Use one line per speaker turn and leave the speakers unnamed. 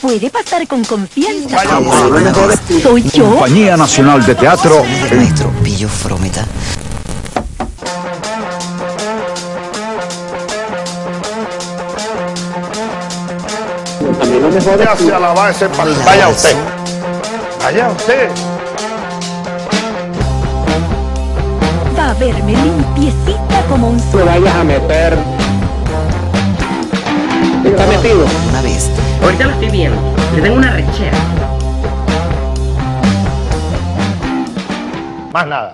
puede pasar con confianza.
Soy yo.
Compañía Nacional de Teatro.
El maestro Pillo Frometa.
Ya se alaba ese pal- Vaya usted. Vaya usted.
Va a verme limpiecita como un sol.
te vayas a meter. Está metido.
Una vez
Ahorita lo estoy viendo. Le tengo una rechera.
Más nada.